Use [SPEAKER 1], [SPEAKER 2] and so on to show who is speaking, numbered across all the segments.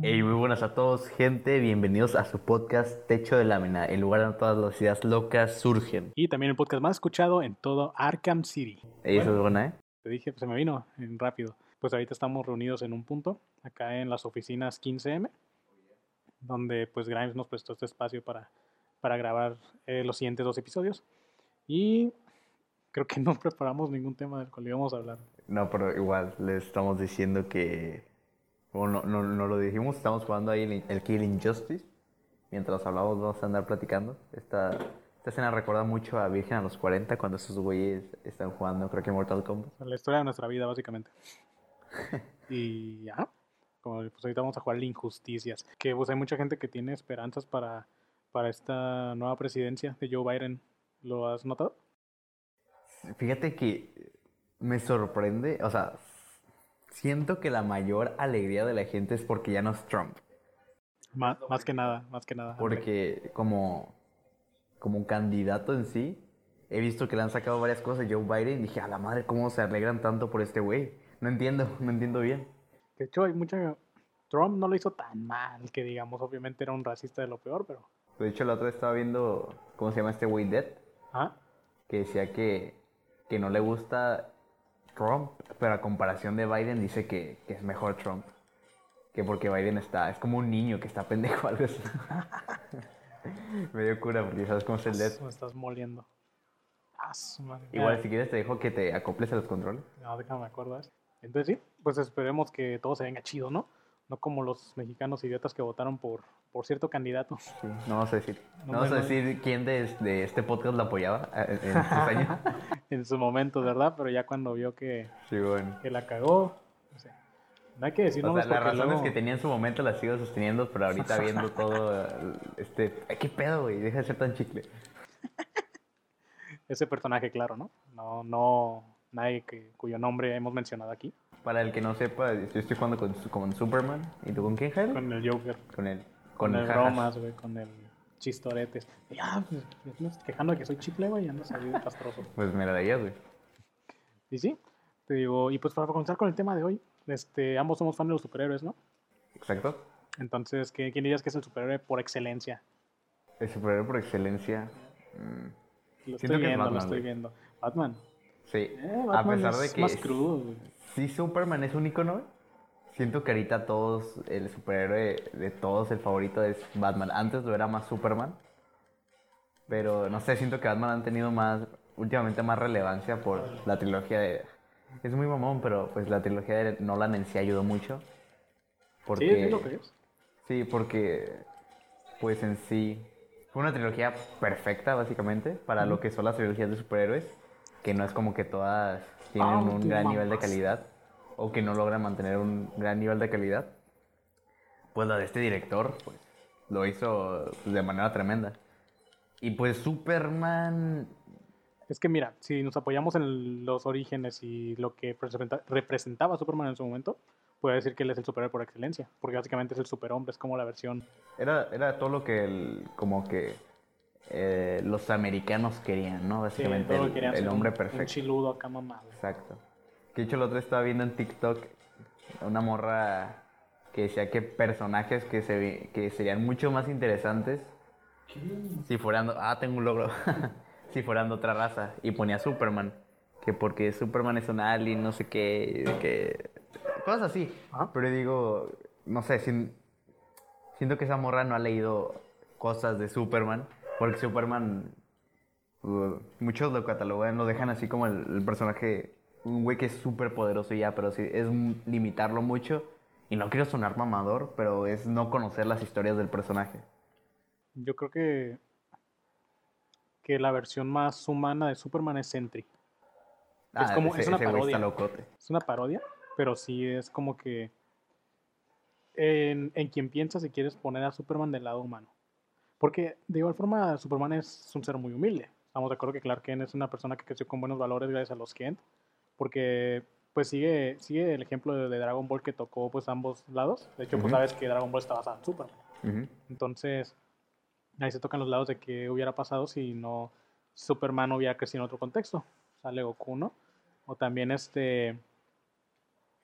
[SPEAKER 1] buenas a todos, gente. Bienvenidos a su podcast Techo de Lámina, el lugar donde todas las ideas locas surgen.
[SPEAKER 2] Y también el podcast más escuchado en todo Arkham City.
[SPEAKER 1] Ey, Eso es buena, ¿eh?
[SPEAKER 2] Te dije, pues, se me vino en rápido. Pues ahorita estamos reunidos en un punto, acá en las oficinas 15M, donde pues Grimes nos prestó este espacio para, para grabar eh, los siguientes dos episodios. Y creo que no preparamos ningún tema del cual íbamos a hablar.
[SPEAKER 1] No, pero igual les estamos diciendo que. Bueno, no, no, no lo dijimos, estamos jugando ahí el, el Killing Justice. Mientras hablamos, vamos a andar platicando. Esta, esta escena recuerda mucho a Virgen a los 40, cuando esos güeyes están jugando, creo que Mortal Kombat.
[SPEAKER 2] O sea, la historia de nuestra vida, básicamente. y ya, como pues ahorita vamos a jugar el Injusticias, que pues hay mucha gente que tiene esperanzas para, para esta nueva presidencia de Joe Biden. ¿Lo has notado?
[SPEAKER 1] Fíjate que me sorprende, o sea, siento que la mayor alegría de la gente es porque ya no es Trump.
[SPEAKER 2] Má- más que nada, más que nada.
[SPEAKER 1] Porque como, como un candidato en sí, he visto que le han sacado varias cosas a Joe Biden y dije, a la madre, ¿cómo se alegran tanto por este güey? No entiendo, no entiendo bien.
[SPEAKER 2] De hecho, hay mucha... Trump no lo hizo tan mal, que digamos, obviamente era un racista de lo peor, pero...
[SPEAKER 1] De hecho, la otra vez estaba viendo, ¿cómo se llama este güey? Dead,
[SPEAKER 2] Ah,
[SPEAKER 1] que decía que, que no le gusta Trump, pero a comparación de Biden dice que, que es mejor Trump. Que porque Biden está, es como un niño que está pendejo algo así. Me dio cura porque sabes cómo es el Dead.
[SPEAKER 2] pues, me estás moliendo. Ah, su madre.
[SPEAKER 1] Igual si quieres te dejo que te acoples a los controles.
[SPEAKER 2] No, Ah, déjame acordar. Entonces sí, pues esperemos que todo se venga chido, ¿no? No como los mexicanos idiotas que votaron por, por cierto candidato.
[SPEAKER 1] Sí, no vamos a decir. No,
[SPEAKER 2] No,
[SPEAKER 1] vamos a
[SPEAKER 2] no, no.
[SPEAKER 1] decir quién de, de este podcast lo apoyaba eh, en sus años.
[SPEAKER 2] en su momento, ¿verdad? Pero ya cuando vio que,
[SPEAKER 1] Sí, bueno.
[SPEAKER 2] que la cagó, no sé. No hay que decir
[SPEAKER 1] O sea,
[SPEAKER 2] nombres
[SPEAKER 1] las
[SPEAKER 2] porque
[SPEAKER 1] razones
[SPEAKER 2] luego...
[SPEAKER 1] que tenía en su momento las sigo sosteniendo, pero ahorita viendo todo eh, este... Ay, ¿Qué pedo, güey? Deja de ser tan chicle.
[SPEAKER 2] Ese personaje, claro, ¿no? No, no, nadie que, cuyo nombre hemos mencionado aquí.
[SPEAKER 1] Para el que no sepa, yo estoy jugando con, su- con Superman. ¿Y tú con quién, Jairo? Con,
[SPEAKER 2] Con el Joker,
[SPEAKER 1] el...
[SPEAKER 2] con, el
[SPEAKER 1] Jajas.
[SPEAKER 2] bromas, güey, con el chistorete. Ya, pues, me estoy quejando de que soy chicle, güey, ya no soy castroso.
[SPEAKER 1] Pues me la veías, güey.
[SPEAKER 2] Y sí, te digo, y pues para comenzar con el tema de hoy, este, ambos somos fans de los superhéroes, ¿no?
[SPEAKER 1] Exacto.
[SPEAKER 2] Entonces, ¿qué- ¿quién dirías que es el superhéroe por excelencia?
[SPEAKER 1] El superhéroe por excelencia. mm,
[SPEAKER 2] Lo
[SPEAKER 1] Siento
[SPEAKER 2] estoy
[SPEAKER 1] que es
[SPEAKER 2] viendo, lo
[SPEAKER 1] Batman,
[SPEAKER 2] estoy
[SPEAKER 1] güey.
[SPEAKER 2] viendo. Batman.
[SPEAKER 1] Sí.
[SPEAKER 2] Eh,
[SPEAKER 1] A
[SPEAKER 2] Batman
[SPEAKER 1] pesar
[SPEAKER 2] es
[SPEAKER 1] de que...
[SPEAKER 2] más crudo, güey.
[SPEAKER 1] Sí, Superman es un icono. güey. Siento que ahorita todos, el superhéroe de todos, el favorito es Batman. Antes lo era más Superman. Pero no sé, siento que Batman han tenido más, últimamente más relevancia por la trilogía de. Es muy mamón, pero pues la trilogía de Nolan en sí ayudó mucho.
[SPEAKER 2] Sí,
[SPEAKER 1] Porque,
[SPEAKER 2] sí lo que es.
[SPEAKER 1] Sí, porque pues en sí fue una trilogía perfecta básicamente para lo que son las trilogías de superhéroes, que no es como que todas tienen
[SPEAKER 2] Ah,
[SPEAKER 1] un
[SPEAKER 2] tú
[SPEAKER 1] gran nivel de
[SPEAKER 2] mamás.
[SPEAKER 1] calidad o que no logran mantener un gran nivel de calidad. Pues la de este director pues lo hizo pues, de manera tremenda. Y pues Superman
[SPEAKER 2] Es que mira, si nos apoyamos en el- los orígenes y lo que presenta- representaba Superman en su momento, puedo decir que él es el superhéroe por excelencia, porque básicamente es el superhombre, es como la versión
[SPEAKER 1] era, era todo lo que el- como que eh, los americanos querían, ¿no?
[SPEAKER 2] que
[SPEAKER 1] Básicamente
[SPEAKER 2] todos
[SPEAKER 1] el-
[SPEAKER 2] querían
[SPEAKER 1] el
[SPEAKER 2] ser un-
[SPEAKER 1] hombre
[SPEAKER 2] Un
[SPEAKER 1] perfecto.
[SPEAKER 2] chiludo acá mamado.
[SPEAKER 1] Exacto. Que de hecho el otro estaba viendo en TikTok una morra que decía que personajes que se ve- que serían mucho más interesantes si fueran ah tengo un logro si fueran de otra raza y ponía Superman que porque Superman es un alien no sé qué que cosas así
[SPEAKER 2] Ajá.
[SPEAKER 1] pero digo no sé sin- siento que esa morra no ha leído cosas de Superman porque Superman Uh, muchos lo catalogan, lo dejan así como el, el personaje, un güey que es súper poderoso y ya, pero sí, es un- limitarlo mucho. Y no quiero sonar mamador, pero es no conocer las historias del personaje.
[SPEAKER 2] Yo creo que, que la versión más humana de Superman es Sentry. Es como- es una
[SPEAKER 1] Ah, güey
[SPEAKER 2] parodia.
[SPEAKER 1] está locote.
[SPEAKER 2] Es una parodia, pero sí es como que en, en quien piensas si quieres poner a Superman del lado humano. Porque de igual forma Superman es un ser muy humilde. Estamos de acuerdo que Clark Kent es una persona que creció con buenos valores gracias a los Kent, porque pues sigue, sigue el ejemplo de, de Dragon Ball que tocó pues ambos lados. De hecho, pues
[SPEAKER 1] Ujú.
[SPEAKER 2] sabes que Dragon Ball está basado en Superman.
[SPEAKER 1] Ujú.
[SPEAKER 2] Entonces, ahí se tocan los lados de qué hubiera pasado si no Superman hubiera crecido en otro contexto. Sale Goku, ¿no? O también este.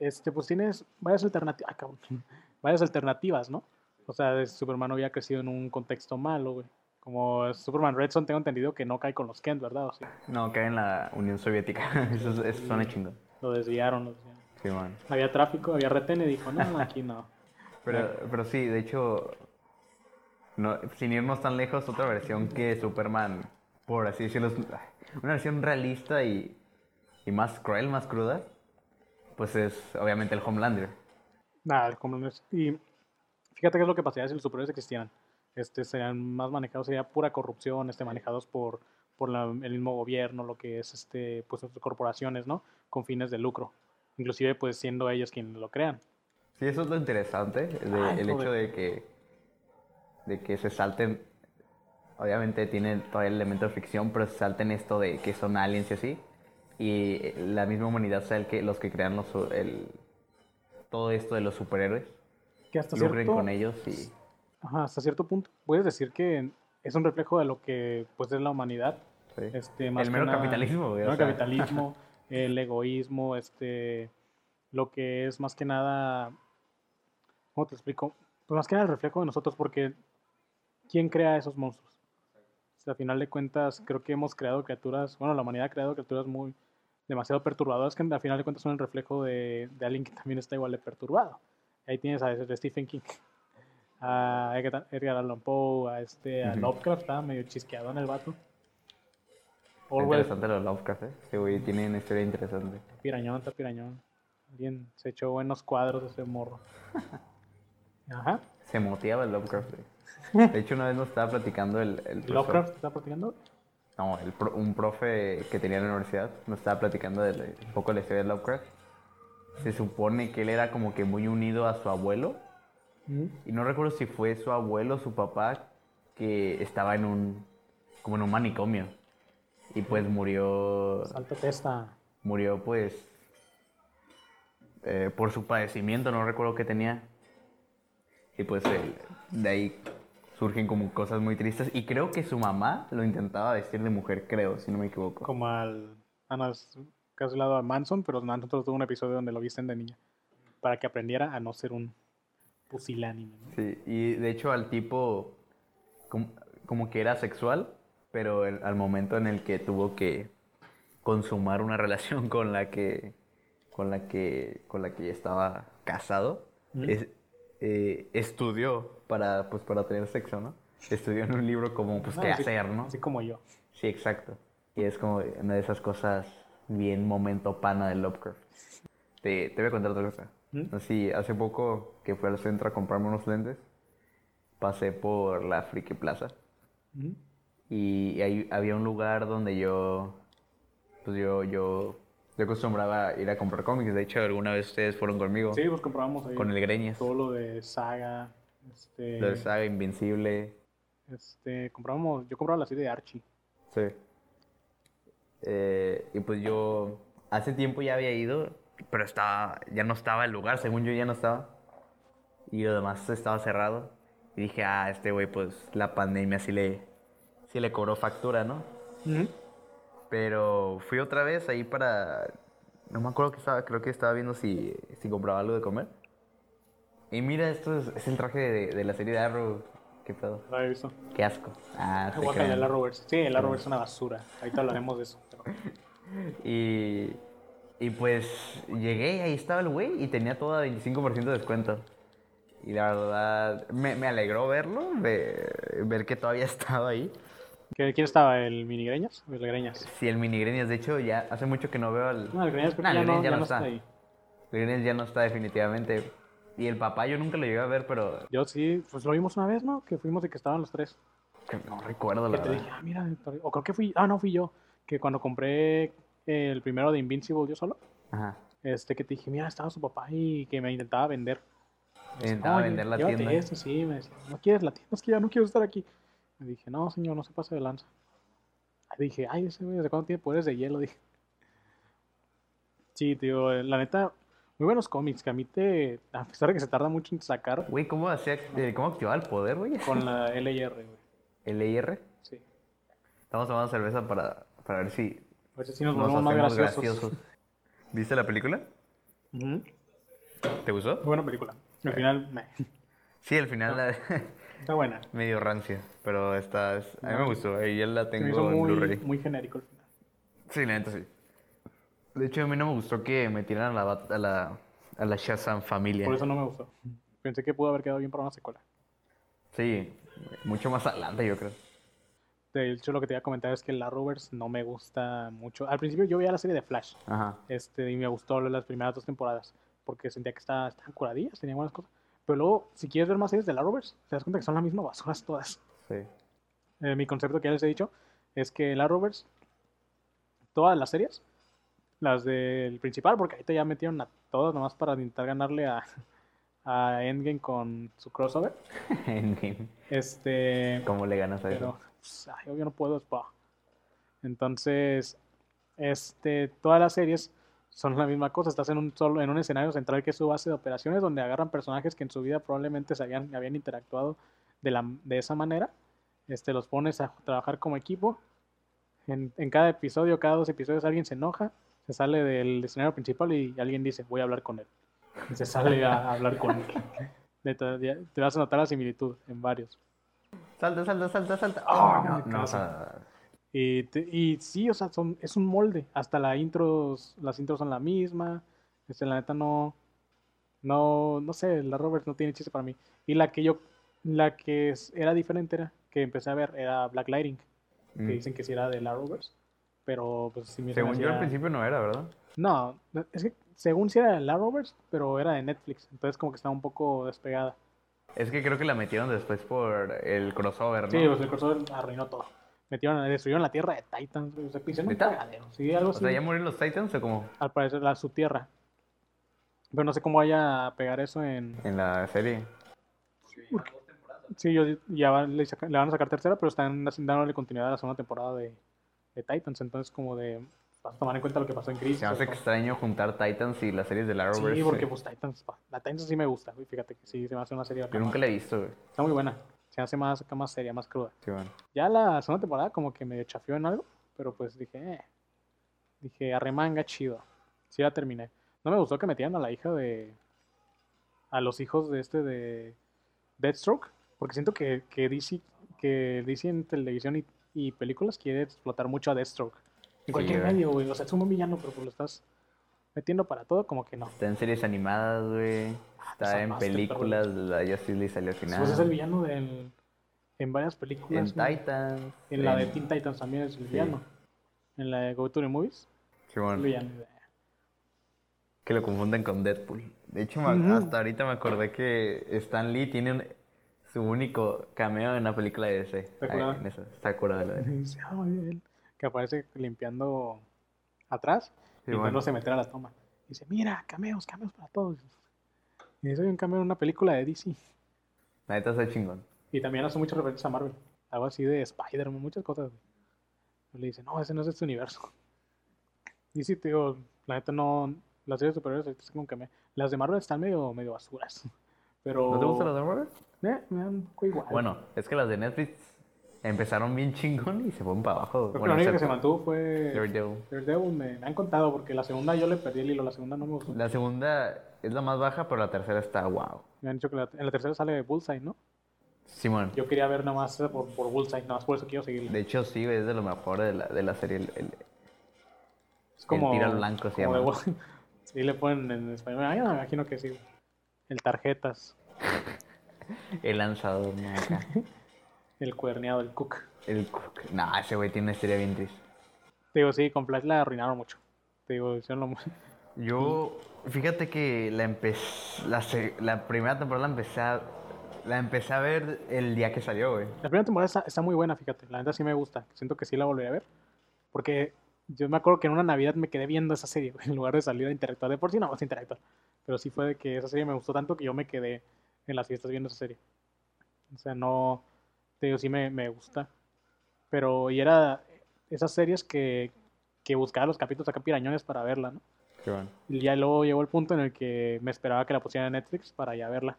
[SPEAKER 2] Este, pues tienes varias ah, alternativas. varias alternativas, ¿no? O sea, es- Superman había crecido en un contexto malo, güey. Como es Superman Red Son, tengo entendido que no cae con los Kent, ¿verdad? O sí,
[SPEAKER 1] No, cae en la Unión Soviética. eso, es- eso suena chingón.
[SPEAKER 2] lo desviaron, lo desviaron.
[SPEAKER 1] Sí, man.
[SPEAKER 2] Había tráfico, había retén y dijo, no, no, aquí no.
[SPEAKER 1] Pero, pero sí, de hecho, no, sin irnos tan lejos, otra versión que Superman, por así decirlo, es una versión realista y, y más cruel, más cruda, pues es obviamente el Homelander.
[SPEAKER 2] Nada, como no es- Y fíjate qué es lo que pasaría si los superhéroes existieran. Este, serían más manejados, sería pura corrupción, este, manejados por, por la- el mismo gobierno, lo que es este, pues estas corporaciones, ¿no? Con fines de lucro. Inclusive, pues siendo ellos quienes lo crean.
[SPEAKER 1] Sí, eso es lo interesante, de-
[SPEAKER 2] Ay,
[SPEAKER 1] el hecho
[SPEAKER 2] joder.
[SPEAKER 1] de que, de que se salten, obviamente tiene todavía el elemento de ficción, pero se salten esto de que son aliens y así, y la misma humanidad sea el que, los que crean los, su- el, todo esto de los superhéroes,
[SPEAKER 2] Que hasta
[SPEAKER 1] lucren
[SPEAKER 2] cierto,
[SPEAKER 1] con ellos y...
[SPEAKER 2] ajá, hasta cierto punto puedes decir que es un reflejo de lo que pues es la humanidad.
[SPEAKER 1] Sí.
[SPEAKER 2] Este, más
[SPEAKER 1] el
[SPEAKER 2] que
[SPEAKER 1] mero
[SPEAKER 2] nada-
[SPEAKER 1] capitalismo, güey.
[SPEAKER 2] El
[SPEAKER 1] o sea,
[SPEAKER 2] capitalismo, el egoísmo, este, lo que es más que nada, ¿cómo te explico? Pues más que nada el reflejo de nosotros, porque ¿quién crea esos monstruos? O sea, a final de cuentas, creo que hemos creado criaturas, bueno, la humanidad ha creado criaturas muy demasiado perturbadoras que a final de cuentas son el reflejo de, de alguien que también está igual de perturbado. Ahí tienes a, a Stephen King, a Edgar, Edgar Allan Poe, a, este, a
[SPEAKER 1] Ujú.
[SPEAKER 2] Lovecraft, estaba medio chisqueado en el vato.
[SPEAKER 1] está
[SPEAKER 2] Orwell,
[SPEAKER 1] interesante los Lovecraft, ¿eh? Sí, güey, tienen una historia interesante.
[SPEAKER 2] Pirañón, está pirañón. Bien, se echó buenos cuadros ese morro. Ajá.
[SPEAKER 1] Se moteaba el Lovecraft, güey. De hecho, una vez nos estaba platicando el... el profesor-
[SPEAKER 2] Lovecraft está practicando.
[SPEAKER 1] No, el pro- un profe que tenía en la universidad nos estaba platicando del- un poco de la historia de Lovecraft. Se supone que él era como que muy unido a su abuelo. Y no recuerdo si fue su abuelo o su papá que estaba en un... como en un manicomio. Y pues murió...
[SPEAKER 2] Salta testa.
[SPEAKER 1] murió pues eh, por su padecimiento, no recuerdo qué tenía. Y pues el- de ahí surgen como cosas muy tristes. Y creo que su mamá lo intentaba vestir de mujer, creo, si no me equivoco.
[SPEAKER 2] Como al. Ah, no, es casi al lado a Manson, pero Manson solo tuvo un episodio donde lo visten de niña. Para que aprendiera a no ser un pusilánime. ¿no?
[SPEAKER 1] Sí, y de hecho al tipo como, como que era sexual, pero el- al momento en el que tuvo que consumar una relación con la que con la que con la que ya estaba casado,
[SPEAKER 2] Ujú.
[SPEAKER 1] es- eh, estudió para pues para tener sexo, ¿no? Estudió en un libro como pues
[SPEAKER 2] No,
[SPEAKER 1] qué
[SPEAKER 2] así-
[SPEAKER 1] hacer, ¿no?
[SPEAKER 2] Así como yo.
[SPEAKER 1] Sí, exacto. Y es como una de esas cosas bien momento pana de Lovecraft. Te, te voy a contar otra cosa.
[SPEAKER 2] ¿Mm?
[SPEAKER 1] Así, hace poco que fui al centro a comprarme unos lentes, pasé por la Friki Plaza
[SPEAKER 2] Ujú.
[SPEAKER 1] y ahí había un lugar donde yo, pues yo, yo, yo acostumbraba a ir a comprar cómics. De hecho, alguna vez ustedes fueron conmigo,
[SPEAKER 2] Sí, pues comprobamos ahí
[SPEAKER 1] con el Greñas,
[SPEAKER 2] todo lo de Saga. Este,
[SPEAKER 1] la saga Invencible.
[SPEAKER 2] este, compramos, yo compraba la serie de Archie.
[SPEAKER 1] Sí. Eh, y pues yo hace tiempo ya había ido, pero estaba, ya no estaba el lugar, según yo ya no estaba. Y además estaba cerrado. Y dije, ah, este güey, pues la pandemia sí le, sí le cobró factura, ¿no? Mm.
[SPEAKER 2] Ujú.
[SPEAKER 1] Pero fui otra vez ahí para... No me acuerdo que estaba, creo que estaba viendo si, si compraba algo de comer. Y mira, esto es, es el traje de, de la serie de Arrow. Qué pedo.
[SPEAKER 2] La había visto.
[SPEAKER 1] Qué asco. Ah, te
[SPEAKER 2] Guacala,
[SPEAKER 1] creo.
[SPEAKER 2] la Roberts. Sí, la Roberts es una basura. Ahorita hablaremos de eso. pero-
[SPEAKER 1] Y, y pues llegué y ahí estaba el güey y tenía todo a 25% de descuento. Y la verdad, me, me alegró verlo, ve- ver que todavía estaba ahí.
[SPEAKER 2] ¿Qué- ¿Quién estaba? ¿El mini Greñas? ¿O el Greñas?
[SPEAKER 1] Si el mini Greñas, de hecho, ya hace mucho que no veo al.
[SPEAKER 2] No, el Greñas creo
[SPEAKER 1] Nah,
[SPEAKER 2] que ya,
[SPEAKER 1] el
[SPEAKER 2] no,
[SPEAKER 1] Greñas ya
[SPEAKER 2] ya
[SPEAKER 1] no
[SPEAKER 2] no está
[SPEAKER 1] está.
[SPEAKER 2] ahí.
[SPEAKER 1] Greñas ya no está, definitivamente. Y el papá, yo nunca lo llegué a ver, pero.
[SPEAKER 2] Yo sí, pues lo vimos una vez, ¿no? Que fuimos y que estaban los tres.
[SPEAKER 1] que No recuerdo,
[SPEAKER 2] Que
[SPEAKER 1] la
[SPEAKER 2] te dije,
[SPEAKER 1] verdad.
[SPEAKER 2] ah, mira, todavía- o creo que fui, ah, no, fui yo. Que cuando compré el primero de Invincible yo solo,
[SPEAKER 1] Ajá.
[SPEAKER 2] este, que te dije, mira, estaba su papá y que me intentaba vender. Me decía,
[SPEAKER 1] Intentaba
[SPEAKER 2] "Oye,
[SPEAKER 1] vender la
[SPEAKER 2] llévate
[SPEAKER 1] tienda".
[SPEAKER 2] esto, sí, me decía, no quieres la tienda, es que ya no quiero estar aquí. Me dije, no, señor, no se pase de lanza. Ahí dije, ay, ese güey, ¿desde cuándo tiene poderes de hielo? Dije. Sí, tío, eh, la neta, muy buenos cómics que a mí te, a pesar de que se tarda mucho en sacar
[SPEAKER 1] Güey, ¿cómo, hacía, eh, ¿cómo activaba el poder, güey?
[SPEAKER 2] con la LIR, güey.
[SPEAKER 1] ¿El IR?
[SPEAKER 2] Sí.
[SPEAKER 1] Estamos tomando cerveza para, para ver si
[SPEAKER 2] A veces sí nos volvemos más
[SPEAKER 1] hacemos
[SPEAKER 2] graciosos.
[SPEAKER 1] graciosos. ¿Viste la película?
[SPEAKER 2] Ujú. Muy
[SPEAKER 1] ¿Te gustó?
[SPEAKER 2] buena película. Al final, meh.
[SPEAKER 1] Sí, al final la-
[SPEAKER 2] Está buena.
[SPEAKER 1] medio rancia, pero esta es- a mí me gustó. eh, Y yo la
[SPEAKER 2] Se me hizo
[SPEAKER 1] tengo en
[SPEAKER 2] muy,
[SPEAKER 1] Blu-ray.
[SPEAKER 2] muy genérico el final.
[SPEAKER 1] Sí, la neta sí. De hecho, a mí no me gustó que metieran a la, bat- a la, a la Shazam familia.
[SPEAKER 2] Por eso no me gustó. Pensé que pudo haber quedado bien para una secuela.
[SPEAKER 1] Sí, mucho más adelante, yo creo.
[SPEAKER 2] De hecho, lo que te iba a comentar es que la Rovers no me gusta mucho. Al principio yo veía la serie de Flash
[SPEAKER 1] Ajá.
[SPEAKER 2] este, y me gustó las primeras dos temporadas porque sentía que estaban estaban curadillas, tenían buenas cosas. Pero luego, si quieres ver más series de la Rovers, te das cuenta que son las mismas basuras todas.
[SPEAKER 1] Sí.
[SPEAKER 2] Eh, mi concepto que ya les he dicho es que la Rovers, todas las series, las del principal, porque ahorita ya metieron a todas nomás para intentar ganarle a, a Endgame con su crossover.
[SPEAKER 1] Endgame.
[SPEAKER 2] Este,
[SPEAKER 1] ¿Cómo le ganas a
[SPEAKER 2] pero
[SPEAKER 1] eso?
[SPEAKER 2] pues, ay, yo no puedo spa. Entonces, este, todas las series son la misma cosa. Estás en un solo, en un escenario central que es su base de operaciones, donde agarran personajes que en su vida probablemente se habían, habían interactuado de, la, de esa manera. Este, los pones a trabajar como equipo. En, en cada episodio, cada dos episodios, alguien se enoja, se sale del escenario principal y alguien dice, voy a hablar con él. Y se sale a hablar con él. Neta, ya- Te vas a notar la similitud en varios.
[SPEAKER 1] Salta, salta, salta, salta. ¡Oh, no,
[SPEAKER 2] Ah, me
[SPEAKER 1] no, o
[SPEAKER 2] caso.
[SPEAKER 1] sea,
[SPEAKER 2] Y, eh, te- y sí, o sea, son, es un molde. Hasta la intros, las intros son la misma. Este, la neta no, no, no sé, la Roberts no tiene chiste para mí. Y la que yo, la que es- era diferente era, que empecé a ver, era Black Lightning, que
[SPEAKER 1] mm.
[SPEAKER 2] dicen que sí era de la Roberts, pero pues sí me se me
[SPEAKER 1] Según yo al
[SPEAKER 2] hacía-
[SPEAKER 1] principio no era, ¿verdad?
[SPEAKER 2] No, no, es que según sí era de la Roberts, pero era de Netflix, entonces como que estaba un poco despegada.
[SPEAKER 1] Es que creo que la metieron después por el crossover, ¿no?
[SPEAKER 2] Sí, pues el crossover arruinó todo. Metieron, destruyeron la tierra de Titans, güey, o sea, hicieron un
[SPEAKER 1] ¿Neta?
[SPEAKER 2] cagadero. Sí, algo
[SPEAKER 1] o sea,
[SPEAKER 2] así.
[SPEAKER 1] ¿ya murieron los Titans o cómo?
[SPEAKER 2] al parecer la subtierra. Pero no sé cómo vaya a pegar eso en...
[SPEAKER 1] En la serie.
[SPEAKER 2] Sí, yo, ya va- le, saca- le van a sacar tercera, pero están haci- dándole continuidad a la segunda temporada de, de Titans. Entonces, como de... Vas a tomar en cuenta lo que pasó en Crisis.
[SPEAKER 1] Se me hace extraño juntar Titans y las series de la
[SPEAKER 2] Sí, porque pues Titans... pa- La Titans sí me gusta. güey, Fíjate que sí, se me hace una serie
[SPEAKER 1] Yo
[SPEAKER 2] bacana.
[SPEAKER 1] nunca la he visto, güey.
[SPEAKER 2] Está muy buena. Se hace más, acá más seria, más cruda.
[SPEAKER 1] Sí, bueno.
[SPEAKER 2] Ya la segunda temporada como que medio chafió en algo, pero pues dije, eh. Dije, arremanga chido. Sí, la terminé. No me gustó que metieran a la hija de. a los hijos de este de. Deathstroke, porque siento que, que DC. que DC en televisión y, y películas quiere explotar mucho a Deathstroke. En cualquier
[SPEAKER 1] güey.
[SPEAKER 2] medio, güey. O sea, es un buen villano, pero pues lo estás metiendo para todo, como que no.
[SPEAKER 1] Está en series animadas, güey. Está en
[SPEAKER 2] Salvaste,
[SPEAKER 1] películas, la Justice League salió al final.
[SPEAKER 2] Pues es el villano del- en varias
[SPEAKER 1] en
[SPEAKER 2] películas. güey.
[SPEAKER 1] Titans.
[SPEAKER 2] En la de
[SPEAKER 1] en-
[SPEAKER 2] Teen Titans también es el villano. En la de Go to the Movies.
[SPEAKER 1] Sí, bueno.
[SPEAKER 2] Villano.
[SPEAKER 1] Que lo confunden con Deadpool. De hecho, me-
[SPEAKER 2] Ujú.
[SPEAKER 1] hasta ahorita me acordé que Stan Lee tiene un- su único cameo en la película de DC.
[SPEAKER 2] Está curada.
[SPEAKER 1] en esa. Está curada la de.
[SPEAKER 2] Dice, "Ah, oye, él", Que aparece limpiando atrás y
[SPEAKER 1] bueno.
[SPEAKER 2] cuando se meter a la toma. Dice, mira, cameos, cameos para todos. Y eso hay un cameo en una película de DC.
[SPEAKER 1] La neta está chingón.
[SPEAKER 2] Y también hace muchas referencias a Marvel. Algo así de Spider-Man, muchas cosas. güey. Le dice, no, ese no es este universo. Y sí, te digo, la neta no. Las series superiores ahorita están como que me- Las de Marvel están medio, medio basuras. Pero.
[SPEAKER 1] ¿No te gustan las de Marvel?
[SPEAKER 2] Eh, me dan un poco igual.
[SPEAKER 1] Bueno, es que las de Netflix empezaron bien chingón y se fueron para abajo.
[SPEAKER 2] Creo que
[SPEAKER 1] Bueno,
[SPEAKER 2] la única que se
[SPEAKER 1] excepto
[SPEAKER 2] mantuvo fue.
[SPEAKER 1] Daredevil.
[SPEAKER 2] Daredevil me, me han contado porque la segunda yo le perdí el hilo, la segunda no me gustó.
[SPEAKER 1] La segunda es la más baja, pero la tercera está wow.
[SPEAKER 2] Me han dicho que la- en la tercera sale Bullseye, ¿no?
[SPEAKER 1] Simón,
[SPEAKER 2] Yo quería ver nada más esa por, por Bullseye, nada más por eso quiero seguirla.
[SPEAKER 1] de hecho sí, güey, es de lo mejor de la, de la serie. el- el-
[SPEAKER 2] es como.
[SPEAKER 1] tiro al blanco se
[SPEAKER 2] como de
[SPEAKER 1] llama.
[SPEAKER 2] Bull- sí, le ponen en español. Ah, yo me imagino que sí. El tarjetas,
[SPEAKER 1] el lanzador, ¿no? Acá.
[SPEAKER 2] el cuerneado, el cook.
[SPEAKER 1] El Cook. Nah, ese güey tiene una historia bien triste.
[SPEAKER 2] Te digo, sí, con Flash la arruinaron mucho. Te digo, hicieron lo mu-
[SPEAKER 1] Yo, fíjate que la empecé, la, se- la primera temporada la empecé a, la empecé a ver el día que salió, güey.
[SPEAKER 2] La primera temporada está, está muy buena, fíjate. La neta sí me gusta. Siento que sí la volveré a ver. Porque yo me acuerdo que en una Navidad me quedé viendo esa serie, güey, en lugar de salir a interactuar. De por sí no vas a interactuar. Pero sí fue de que esa serie me gustó tanto que yo me quedé en las fiestas viendo esa serie. O sea, no. Te digo, sí me, me gusta. Pero, y era esas series que, que buscaba los capítulos acá pirañones para verla, ¿no?
[SPEAKER 1] Qué bueno.
[SPEAKER 2] Y ya luego llegó el punto en el que me esperaba que la pusieran en Netflix para ya verla.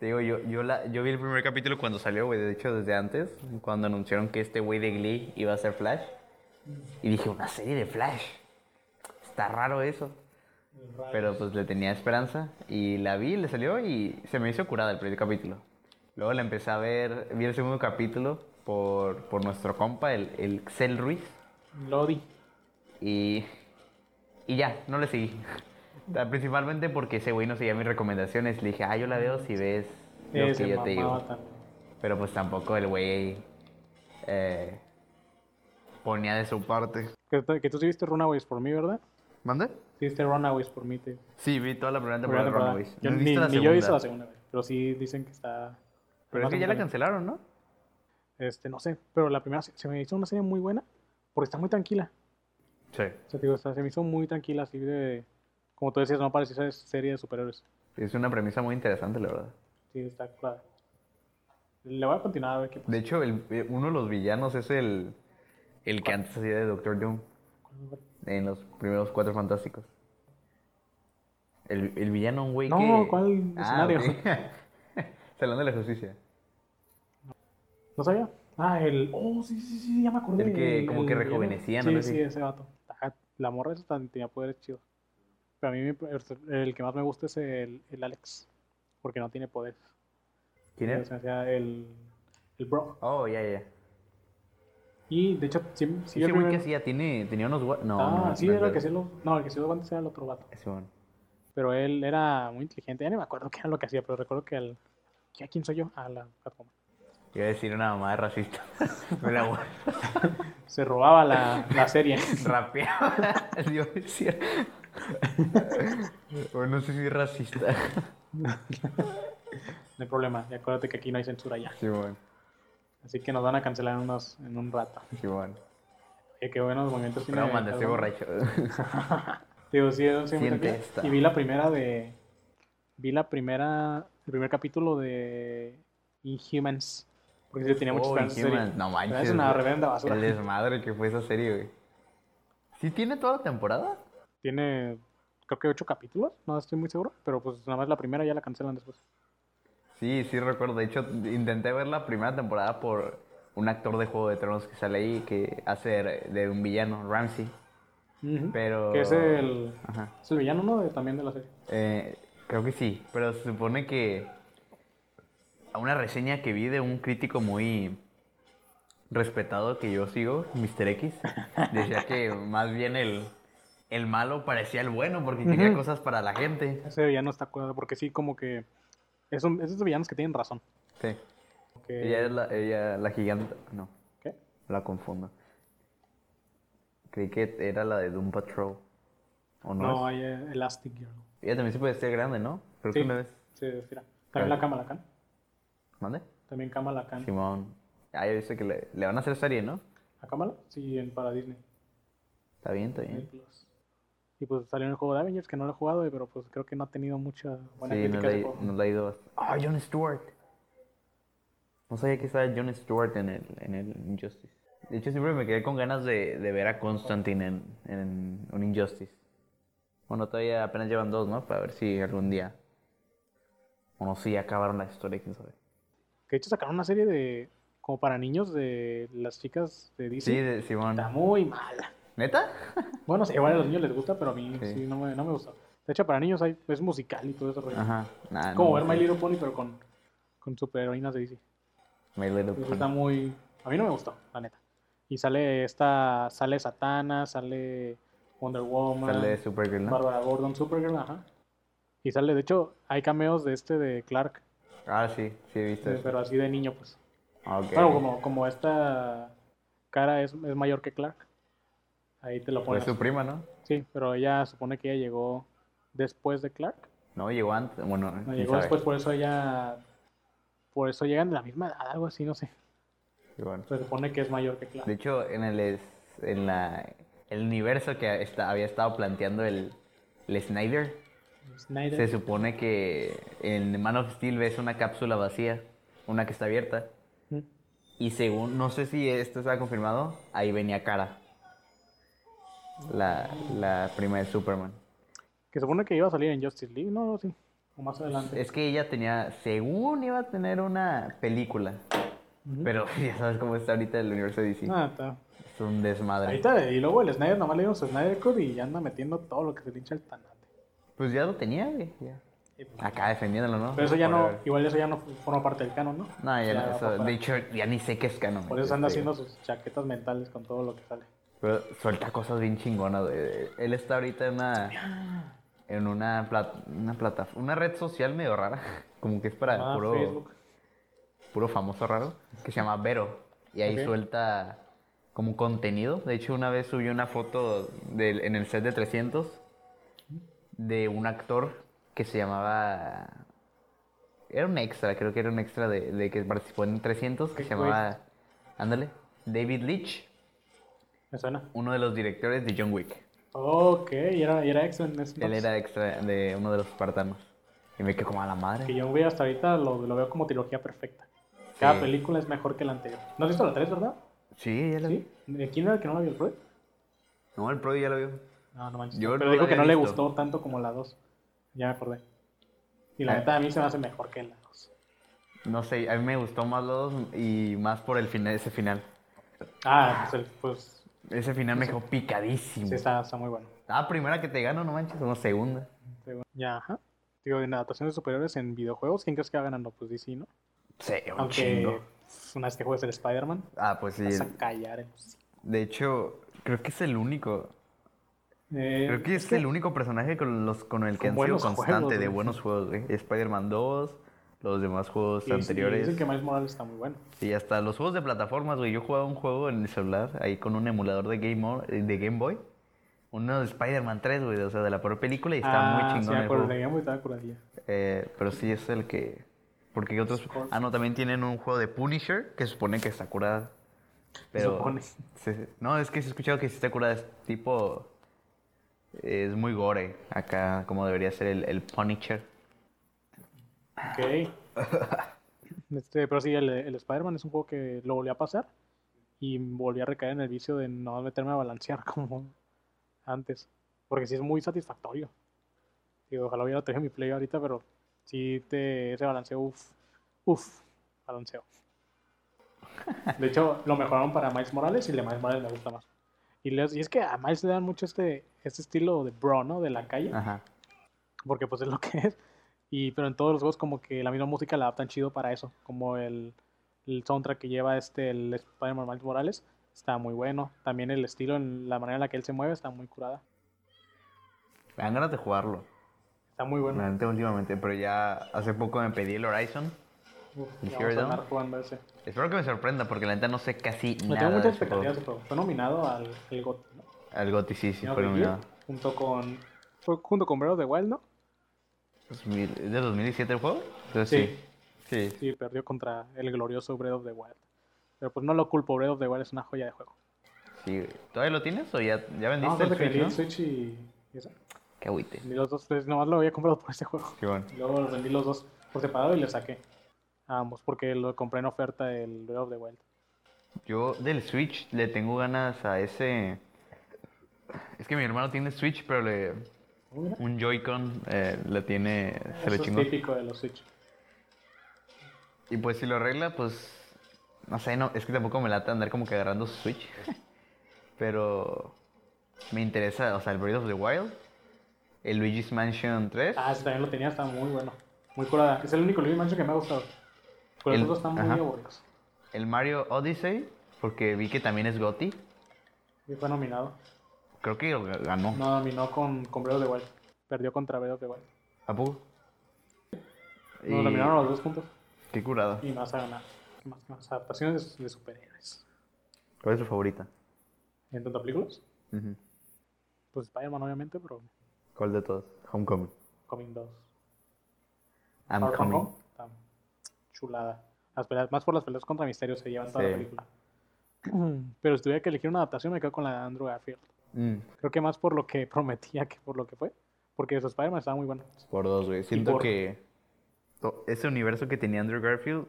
[SPEAKER 1] Te digo, yo, yo, la, yo vi el primer capítulo cuando salió, güey. De hecho, desde antes, cuando anunciaron que este güey de Glee iba a ser Flash. Y dije, una serie de Flash. Está raro eso. Pero pues le tenía esperanza y la vi, le salió y se me hizo curada el primer capítulo. Luego la empecé a ver, vi el segundo capítulo por, por nuestro compa, el, el Xel Ruiz,
[SPEAKER 2] Lodi.
[SPEAKER 1] y, y ya, no le seguí. Ah, Principalmente porque ese güey no seguía mis recomendaciones. Le dije, ah, yo la veo si ves lo
[SPEAKER 2] Eh,
[SPEAKER 1] que
[SPEAKER 2] se
[SPEAKER 1] yo te digo.
[SPEAKER 2] mamaba también.
[SPEAKER 1] Pero pues tampoco el güey eh, ponía de su parte.
[SPEAKER 2] Que, tú- que tú sí viste Runaways por mí, ¿verdad?
[SPEAKER 1] ¿Mande?
[SPEAKER 2] Sí viste Runaways por mí. Te...
[SPEAKER 1] Sí, vi toda la primera
[SPEAKER 2] primera
[SPEAKER 1] temporada de Runaways.
[SPEAKER 2] temporada. Yo
[SPEAKER 1] No he
[SPEAKER 2] ni,
[SPEAKER 1] visto la
[SPEAKER 2] ni yo he visto
[SPEAKER 1] segunda.
[SPEAKER 2] la segunda, güey. Pero sí dicen que está...
[SPEAKER 1] Pero es que ya la
[SPEAKER 2] bastante-
[SPEAKER 1] cancelaron, ¿no?
[SPEAKER 2] Este, no sé, pero la primera se se me hizo una serie muy buena porque está muy tranquila.
[SPEAKER 1] Sí.
[SPEAKER 2] O sea, te digo, está- se me hizo muy tranquila, así de... Como tú decías, no parecía esa serie de superhéroes.
[SPEAKER 1] Es una premisa muy interesante, la verdad.
[SPEAKER 2] Sí, está clara. Le voy a continuar a ver qué pasa.
[SPEAKER 1] De hecho, el- eh, uno de los villanos es el, el que antes hacía de Doctor Doom en los primeros Cuatro Fantásticos. El, el villano, un güey
[SPEAKER 2] No,
[SPEAKER 1] que...
[SPEAKER 2] ¿cuál
[SPEAKER 1] Ah,
[SPEAKER 2] escenario?
[SPEAKER 1] ok. Salón de la Justicia.
[SPEAKER 2] ¿No sabía? Ah, el... Oh, sí, sí, sí, ya me acordé.
[SPEAKER 1] El que como que
[SPEAKER 2] villano.
[SPEAKER 1] rejuvenecía, ¿no?
[SPEAKER 2] Sí,
[SPEAKER 1] Algo
[SPEAKER 2] sí,
[SPEAKER 1] así.
[SPEAKER 2] ese vato. Ajá, La morra esa tan- tenía poderes chidos. Pero a mí me- el que más me gusta es el, el Alex. Porque no tiene poder.
[SPEAKER 1] ¿Quién
[SPEAKER 2] O
[SPEAKER 1] es?
[SPEAKER 2] sea, sea, el, el Brock.
[SPEAKER 1] Oh, ya, ya. ya.
[SPEAKER 2] Y, de hecho, sí, sí,
[SPEAKER 1] Ese
[SPEAKER 2] el
[SPEAKER 1] güey que
[SPEAKER 2] primero-
[SPEAKER 1] hacía, tiene, tenía unos guantes. No,
[SPEAKER 2] ah,
[SPEAKER 1] no,
[SPEAKER 2] sí,
[SPEAKER 1] no
[SPEAKER 2] era el
[SPEAKER 1] es
[SPEAKER 2] que
[SPEAKER 1] de-
[SPEAKER 2] hacía los... No, el que hacía los guantes era el otro vato.
[SPEAKER 1] Ese güey.
[SPEAKER 2] Pero él era muy inteligente. Ya ni me acuerdo qué era lo que hacía, pero recuerdo que al... ¿A quién soy yo? A la plataforma.
[SPEAKER 1] Iba a decir una mamada racista. Me la voy
[SPEAKER 2] Se robaba la, la serie.
[SPEAKER 1] rapeaba. Yo decía. bueno, no sé si es racista.
[SPEAKER 2] No hay problema. Y acuérdate que aquí no hay censura ya.
[SPEAKER 1] Sí, bueno.
[SPEAKER 2] Así que nos van a cancelar en, unos, en un rato.
[SPEAKER 1] Sí, bueno.
[SPEAKER 2] Oye, qué buenos movimientos tiene.
[SPEAKER 1] No, manda,
[SPEAKER 2] cada
[SPEAKER 1] estoy
[SPEAKER 2] uno.
[SPEAKER 1] borracho.
[SPEAKER 2] Digo, sí, sí, muy
[SPEAKER 1] Siente
[SPEAKER 2] tranquila.
[SPEAKER 1] esta.
[SPEAKER 2] Y vi la primera de. Vi la primera. El primer capítulo de Inhumans. Porque sí, tenía muchas
[SPEAKER 1] Oh,
[SPEAKER 2] esperanzas. de
[SPEAKER 1] Inhumans,
[SPEAKER 2] serie.
[SPEAKER 1] no
[SPEAKER 2] Pero
[SPEAKER 1] manches.
[SPEAKER 2] Es una
[SPEAKER 1] güey.
[SPEAKER 2] reverenda basura.
[SPEAKER 1] El desmadre que fue esa serie, güey. ¿Sí tiene toda la temporada?
[SPEAKER 2] Tiene. Creo que ocho capítulos, no estoy muy seguro, pero pues nada más la primera ya la cancelan después.
[SPEAKER 1] Sí, sí recuerdo. De hecho, intenté ver la primera temporada por un actor de Juego de Tronos que sale ahí que hace de- de un villano, Ramsey.
[SPEAKER 2] Ujú.
[SPEAKER 1] Pero...
[SPEAKER 2] Que es el,
[SPEAKER 1] Ajá.
[SPEAKER 2] es el villano, ¿no? De- también de la serie.
[SPEAKER 1] Eh, creo que sí, pero se supone que a una reseña que vi de un crítico muy respetado que yo sigo, Mr. X, decía que más bien el, el malo parecía el bueno porque quería
[SPEAKER 2] Ujú.
[SPEAKER 1] cosas para la gente.
[SPEAKER 2] Ese villano está curado, porque sí, como que. Es, un- es de esos villanos que tienen razón.
[SPEAKER 1] Sí.
[SPEAKER 2] Que-
[SPEAKER 1] Ella es la, ella, la gigante. No,
[SPEAKER 2] ¿Qué?
[SPEAKER 1] la confundo. Creí que era la de Doom Patrol. ¿O no?
[SPEAKER 2] No,
[SPEAKER 1] es?
[SPEAKER 2] hay eh, Elastic Girl.
[SPEAKER 1] Ella también se puede ser grande, ¿no? Creo
[SPEAKER 2] Sí.
[SPEAKER 1] que una vez.
[SPEAKER 2] Se estira. También la Kamala Khan.
[SPEAKER 1] ¿Mande?
[SPEAKER 2] También Kamala Khan.
[SPEAKER 1] Simón. Ah, ya viste que le, le van a hacer serie, ¿no?
[SPEAKER 2] ¿A Kamala? Sí, en, para Disney.
[SPEAKER 1] Está bien, está
[SPEAKER 2] Disney
[SPEAKER 1] bien.
[SPEAKER 2] Plus. Y pues salió en el juego de Avengers, que no lo he jugado, eh, pero pues creo que no ha tenido mucha buena
[SPEAKER 1] sí,
[SPEAKER 2] crítica
[SPEAKER 1] no la,
[SPEAKER 2] ese
[SPEAKER 1] he-
[SPEAKER 2] juego.
[SPEAKER 1] no la he ido bast- ¡Ah, John Stewart! No sabía que estaba John Stewart en el, en el Injustice. De hecho, siempre me quedé con ganas de, de ver a Constantine en, en un Injustice. Bueno, todavía apenas llevan dos, ¿no? Para ver si algún día. O no, sí, acabaron la historia, quién sabe.
[SPEAKER 2] Que de hecho sacaron una serie de. como para niños de las chicas de
[SPEAKER 1] Sí,
[SPEAKER 2] Disney.
[SPEAKER 1] de Simón.
[SPEAKER 2] Está muy mala.
[SPEAKER 1] ¿Neta?
[SPEAKER 2] Bueno, sí, igual a los niños les gusta, pero a mí sí,
[SPEAKER 1] Sí.
[SPEAKER 2] no, me, no me gustó. De hecho, para niños hay, es musical y todo eso. rollo.
[SPEAKER 1] Ajá. Nah,
[SPEAKER 2] Como
[SPEAKER 1] no,
[SPEAKER 2] ver
[SPEAKER 1] sí.
[SPEAKER 2] My Little Pony, pero con, con superheroínas de Disney.
[SPEAKER 1] My Little
[SPEAKER 2] Pues
[SPEAKER 1] Pony.
[SPEAKER 2] está muy. A mí no me gustó, la neta. Y sale esta. Sale Satana, sale Wonder Woman,
[SPEAKER 1] Sale de Supergirl, ¿no?
[SPEAKER 2] Barbara Gordon, Supergirl, ajá. Y sale, de hecho, hay cameos de este de Clark,
[SPEAKER 1] Ah, sí, sí he visto
[SPEAKER 2] eh,
[SPEAKER 1] eso.
[SPEAKER 2] pero así de niño, pues.
[SPEAKER 1] Ah, ok.
[SPEAKER 2] Bueno, como, como esta cara es, es mayor que Clark, ahí te lo
[SPEAKER 1] Fue
[SPEAKER 2] pones.
[SPEAKER 1] su prima, ¿no?
[SPEAKER 2] Sí, pero ella supone que ella llegó después de Clark.
[SPEAKER 1] No, llegó antes. Bueno,
[SPEAKER 2] No,
[SPEAKER 1] quién
[SPEAKER 2] llegó
[SPEAKER 1] sabe.
[SPEAKER 2] después, por eso ella. Por eso llegan de la misma edad, algo así, no sé.
[SPEAKER 1] Sí, bueno.
[SPEAKER 2] Se supone que es mayor que Clark.
[SPEAKER 1] De hecho, en el, es- en la, el universo que está- había estado planteando el, el Snyder,
[SPEAKER 2] Snyder.
[SPEAKER 1] se supone que en Man of Steel ves una cápsula vacía, una que está abierta,
[SPEAKER 2] Mm.
[SPEAKER 1] y según, no sé si esto está confirmado, ahí venía Cara, la, la prima de Superman.
[SPEAKER 2] Que supone que iba a salir en Justice League, ¿no? Sí. O más adelante.
[SPEAKER 1] Es que ella tenía, según iba a tener una película,
[SPEAKER 2] Ujú.
[SPEAKER 1] pero ya sabes cómo está ahorita el universo de DC,
[SPEAKER 2] Ah, está.
[SPEAKER 1] es un desmadre.
[SPEAKER 2] Ahorita, y luego el Snyder, nomás le dieron su Snyder Code y ya anda metiendo todo lo que se le hincha el tanate. pues,
[SPEAKER 1] Pues ya lo tenía, güey. ya. Acá defendiéndolo, ¿no?
[SPEAKER 2] Pero eso ya no,
[SPEAKER 1] Ah, Whatever.
[SPEAKER 2] igual eso ya no forma parte del canon, ¿no?
[SPEAKER 1] No, ya, no,
[SPEAKER 2] va
[SPEAKER 1] eso-
[SPEAKER 2] para-
[SPEAKER 1] de hecho, ya ni sé qué es canon.
[SPEAKER 2] Por
[SPEAKER 1] güey,
[SPEAKER 2] eso anda
[SPEAKER 1] este,
[SPEAKER 2] haciendo sus chaquetas mentales con todo lo que sale.
[SPEAKER 1] Pero suelta cosas bien chingonas, güey. Él está ahorita en una. En una, plat- una plataforma. Una red social medio rara. Como que es para
[SPEAKER 2] Ah,
[SPEAKER 1] puro,
[SPEAKER 2] Facebook.
[SPEAKER 1] puro famoso raro. Que se llama Vero. Y ahí
[SPEAKER 2] Ok.
[SPEAKER 1] suelta como contenido. De hecho, una vez subió una foto del- en el set de 300 de un actor que se llamaba. Era un extra, creo que era un extra de, de que participó en 300, que
[SPEAKER 2] Ok,
[SPEAKER 1] se llamaba. Ándale, David Leitch
[SPEAKER 2] Me suena.
[SPEAKER 1] uno de los directores de John Wick.
[SPEAKER 2] Ok, y era, y era ex en ese
[SPEAKER 1] Él
[SPEAKER 2] entonces.
[SPEAKER 1] era extra de uno de los espartanos. Y me quedé como a la
[SPEAKER 2] Que
[SPEAKER 1] madre.
[SPEAKER 2] yo güey, hasta ahorita lo, lo veo como trilogía perfecta. Cada
[SPEAKER 1] Sí.
[SPEAKER 2] película es mejor que la anterior. ¿No has visto la 3, verdad?
[SPEAKER 1] Sí, ya lo vi.
[SPEAKER 2] ¿Sí? ¿Quién era el que no la vio el Freud?
[SPEAKER 1] No, el Pro ya lo vio.
[SPEAKER 2] No, no manches.
[SPEAKER 1] Yo
[SPEAKER 2] pero
[SPEAKER 1] no la
[SPEAKER 2] dijo que
[SPEAKER 1] había
[SPEAKER 2] no le
[SPEAKER 1] visto.
[SPEAKER 2] gustó tanto como la 2. Ya me acordé. Y la
[SPEAKER 1] Ah.
[SPEAKER 2] neta a mí se me hace mejor que la 2.
[SPEAKER 1] No sé, a mí me gustó más los dos y más por el final, ese final.
[SPEAKER 2] Ah, pues, el- pues
[SPEAKER 1] Ese final me dejó picadísimo.
[SPEAKER 2] sí, está, está muy bueno.
[SPEAKER 1] Ah, primera que te gano, no manches, o no, segunda.
[SPEAKER 2] Ya, ajá. Digo, en adaptaciones superiores en videojuegos, ¿quién crees que va ganando? Pues DC, ¿no?
[SPEAKER 1] Sí, un
[SPEAKER 2] Aunque
[SPEAKER 1] chingo.
[SPEAKER 2] pues, una vez que juegues el Spider-Man,
[SPEAKER 1] Ah, pues sí.
[SPEAKER 2] vas a callar. el-
[SPEAKER 1] De hecho, creo que es el único.
[SPEAKER 2] Eh,
[SPEAKER 1] Creo que es el único personaje con, los, con el que
[SPEAKER 2] Con
[SPEAKER 1] han sido
[SPEAKER 2] buenos
[SPEAKER 1] constante
[SPEAKER 2] juegos,
[SPEAKER 1] de
[SPEAKER 2] güey.
[SPEAKER 1] buenos juegos, güey. Spider-Man 2, los demás juegos
[SPEAKER 2] y- y
[SPEAKER 1] anteriores.
[SPEAKER 2] Dicen que Miles Morales está muy bueno.
[SPEAKER 1] Y hasta los juegos de plataformas, güey. Yo jugaba un juego en el celular, ahí con un emulador de Game, Boy- de Game Boy. Uno de Spider-Man 3, güey. O sea, de la propia película y está muy
[SPEAKER 2] Ah, Sí,
[SPEAKER 1] chingón
[SPEAKER 2] me
[SPEAKER 1] el
[SPEAKER 2] acuerdo,
[SPEAKER 1] juego.
[SPEAKER 2] de Game Boy estaba curadilla.
[SPEAKER 1] Eh, pero sí es el que... Porque otros...
[SPEAKER 2] Scorn.
[SPEAKER 1] Ah, no, también tienen un juego de Punisher que se supone que está curada. Pero...
[SPEAKER 2] supone.
[SPEAKER 1] Sí, sí. No, es que sí he escuchado que sí está curada. Es tipo... Es muy gore acá, como debería ser el, el Punisher.
[SPEAKER 2] Ok. Este, pero sí, el, el Spider-Man es un juego que lo volví a pasar y volví a recaer en el vicio de no meterme a balancear como antes. Porque sí es muy satisfactorio. Digo, ojalá hubiera traído mi play ahorita, pero sí te, ese balanceo, uff, uff, balanceo. De hecho, lo mejoraron para Miles Morales y el de Miles Morales me gusta más. Y, les- y es que a Miles le dan mucho este, este estilo de bro, ¿no? De la calle
[SPEAKER 1] Ajá.
[SPEAKER 2] porque pues es lo que es. Y, pero en todos los juegos como que la misma música la adaptan chido para eso, como el, el soundtrack que lleva este, el Spider-Man Miles Morales, está muy bueno. También el estilo, en la manera en la que él se mueve está muy curada.
[SPEAKER 1] Me dan ganas de jugarlo.
[SPEAKER 2] Está muy bueno.
[SPEAKER 1] La neta, últimamente, pero ya hace poco me pedí el Horizon.
[SPEAKER 2] Uf,
[SPEAKER 1] ¿Y
[SPEAKER 2] ya
[SPEAKER 1] Zero
[SPEAKER 2] vamos a
[SPEAKER 1] Dawn?
[SPEAKER 2] andar jugando ese.
[SPEAKER 1] Espero que me sorprenda porque la neta no sé casi
[SPEAKER 2] Me
[SPEAKER 1] nada.
[SPEAKER 2] tengo muchas
[SPEAKER 1] de ese juego.
[SPEAKER 2] expectativas de ese juego. Fue nominado al, al GOT, ¿no?
[SPEAKER 1] Al GOTY sí, sí,
[SPEAKER 2] Game of
[SPEAKER 1] fue
[SPEAKER 2] the Year,
[SPEAKER 1] nominado.
[SPEAKER 2] Junto con, fue junto con Breath of the Wild, ¿no?
[SPEAKER 1] 2000 ¿Es de 2017 el juego? Entonces,
[SPEAKER 2] Sí.
[SPEAKER 1] sí. Sí.
[SPEAKER 2] Sí, perdió contra el glorioso Breath of the Wild. Pero pues no lo culpo, Breath of the Wild es una joya de juego.
[SPEAKER 1] sí, güey. ¿Todavía lo tienes o ya, ya
[SPEAKER 2] No,
[SPEAKER 1] vendiste
[SPEAKER 2] aparte
[SPEAKER 1] el
[SPEAKER 2] que
[SPEAKER 1] Switch,
[SPEAKER 2] el
[SPEAKER 1] no?
[SPEAKER 2] Switch y... y eso.
[SPEAKER 1] Qué agüite.
[SPEAKER 2] Ni los dos, pues, nomás lo había comprado por este juego.
[SPEAKER 1] Qué bueno.
[SPEAKER 2] Y Luego los vendí los dos por separado y los saqué. A ambos, porque lo compré en oferta del Breath of the Wild.
[SPEAKER 1] Yo del Switch le tengo ganas a ese... Es que mi hermano tiene Switch, pero le...
[SPEAKER 2] Oh, mira.
[SPEAKER 1] un Joy-Con eh, le tiene... Se
[SPEAKER 2] Eso
[SPEAKER 1] lo
[SPEAKER 2] es
[SPEAKER 1] chingó.
[SPEAKER 2] típico de los Switch.
[SPEAKER 1] Y pues si lo arregla, pues. No sé, no, es que tampoco me lata andar como que agarrando su Switch. Pero. Me interesa, o sea, el Breath of the Wild. El Luigi's Mansion 3.
[SPEAKER 2] Ah, ese también lo tenía, está muy bueno. Muy curada. Es el único Luigi Mansion que me ha gustado. Pero
[SPEAKER 1] El-
[SPEAKER 2] los otros están muy
[SPEAKER 1] ajá.
[SPEAKER 2] aburridos.
[SPEAKER 1] El Mario Odyssey. Porque vi que también es Gotti.
[SPEAKER 2] Y fue nominado.
[SPEAKER 1] Creo que lo ganó.
[SPEAKER 2] No, nominó con, con Breath of the Wild. Perdió contra Breath of the Wild.
[SPEAKER 1] ¿A poco?
[SPEAKER 2] Nos
[SPEAKER 1] Y-
[SPEAKER 2] nominaron los dos juntos
[SPEAKER 1] Qué curado.
[SPEAKER 2] y más a ganar. ¿Qué Más, qué más? Adaptaciones de, de superhéroes.
[SPEAKER 1] ¿Cuál es tu favorita?
[SPEAKER 2] En tanto a películas,
[SPEAKER 1] Ujú.
[SPEAKER 2] pues Spider-Man obviamente, pero
[SPEAKER 1] ¿Cuál de todos? Homecoming.
[SPEAKER 2] Coming 2.
[SPEAKER 1] I'm
[SPEAKER 2] Far From
[SPEAKER 1] coming.
[SPEAKER 2] Home, está Chulada. Las peleas, más por las peleas contra Misterio se llevan toda la
[SPEAKER 1] Sí.
[SPEAKER 2] película. Pero si tuviera que elegir una adaptación, me quedo con la de Andrew Garfield.
[SPEAKER 1] Mm,
[SPEAKER 2] Creo que más por lo que prometía que por lo que fue. Porque su Spider-Man estaba muy bueno.
[SPEAKER 1] Por dos, güey. Siento
[SPEAKER 2] por-
[SPEAKER 1] que to- ese universo que tenía Andrew Garfield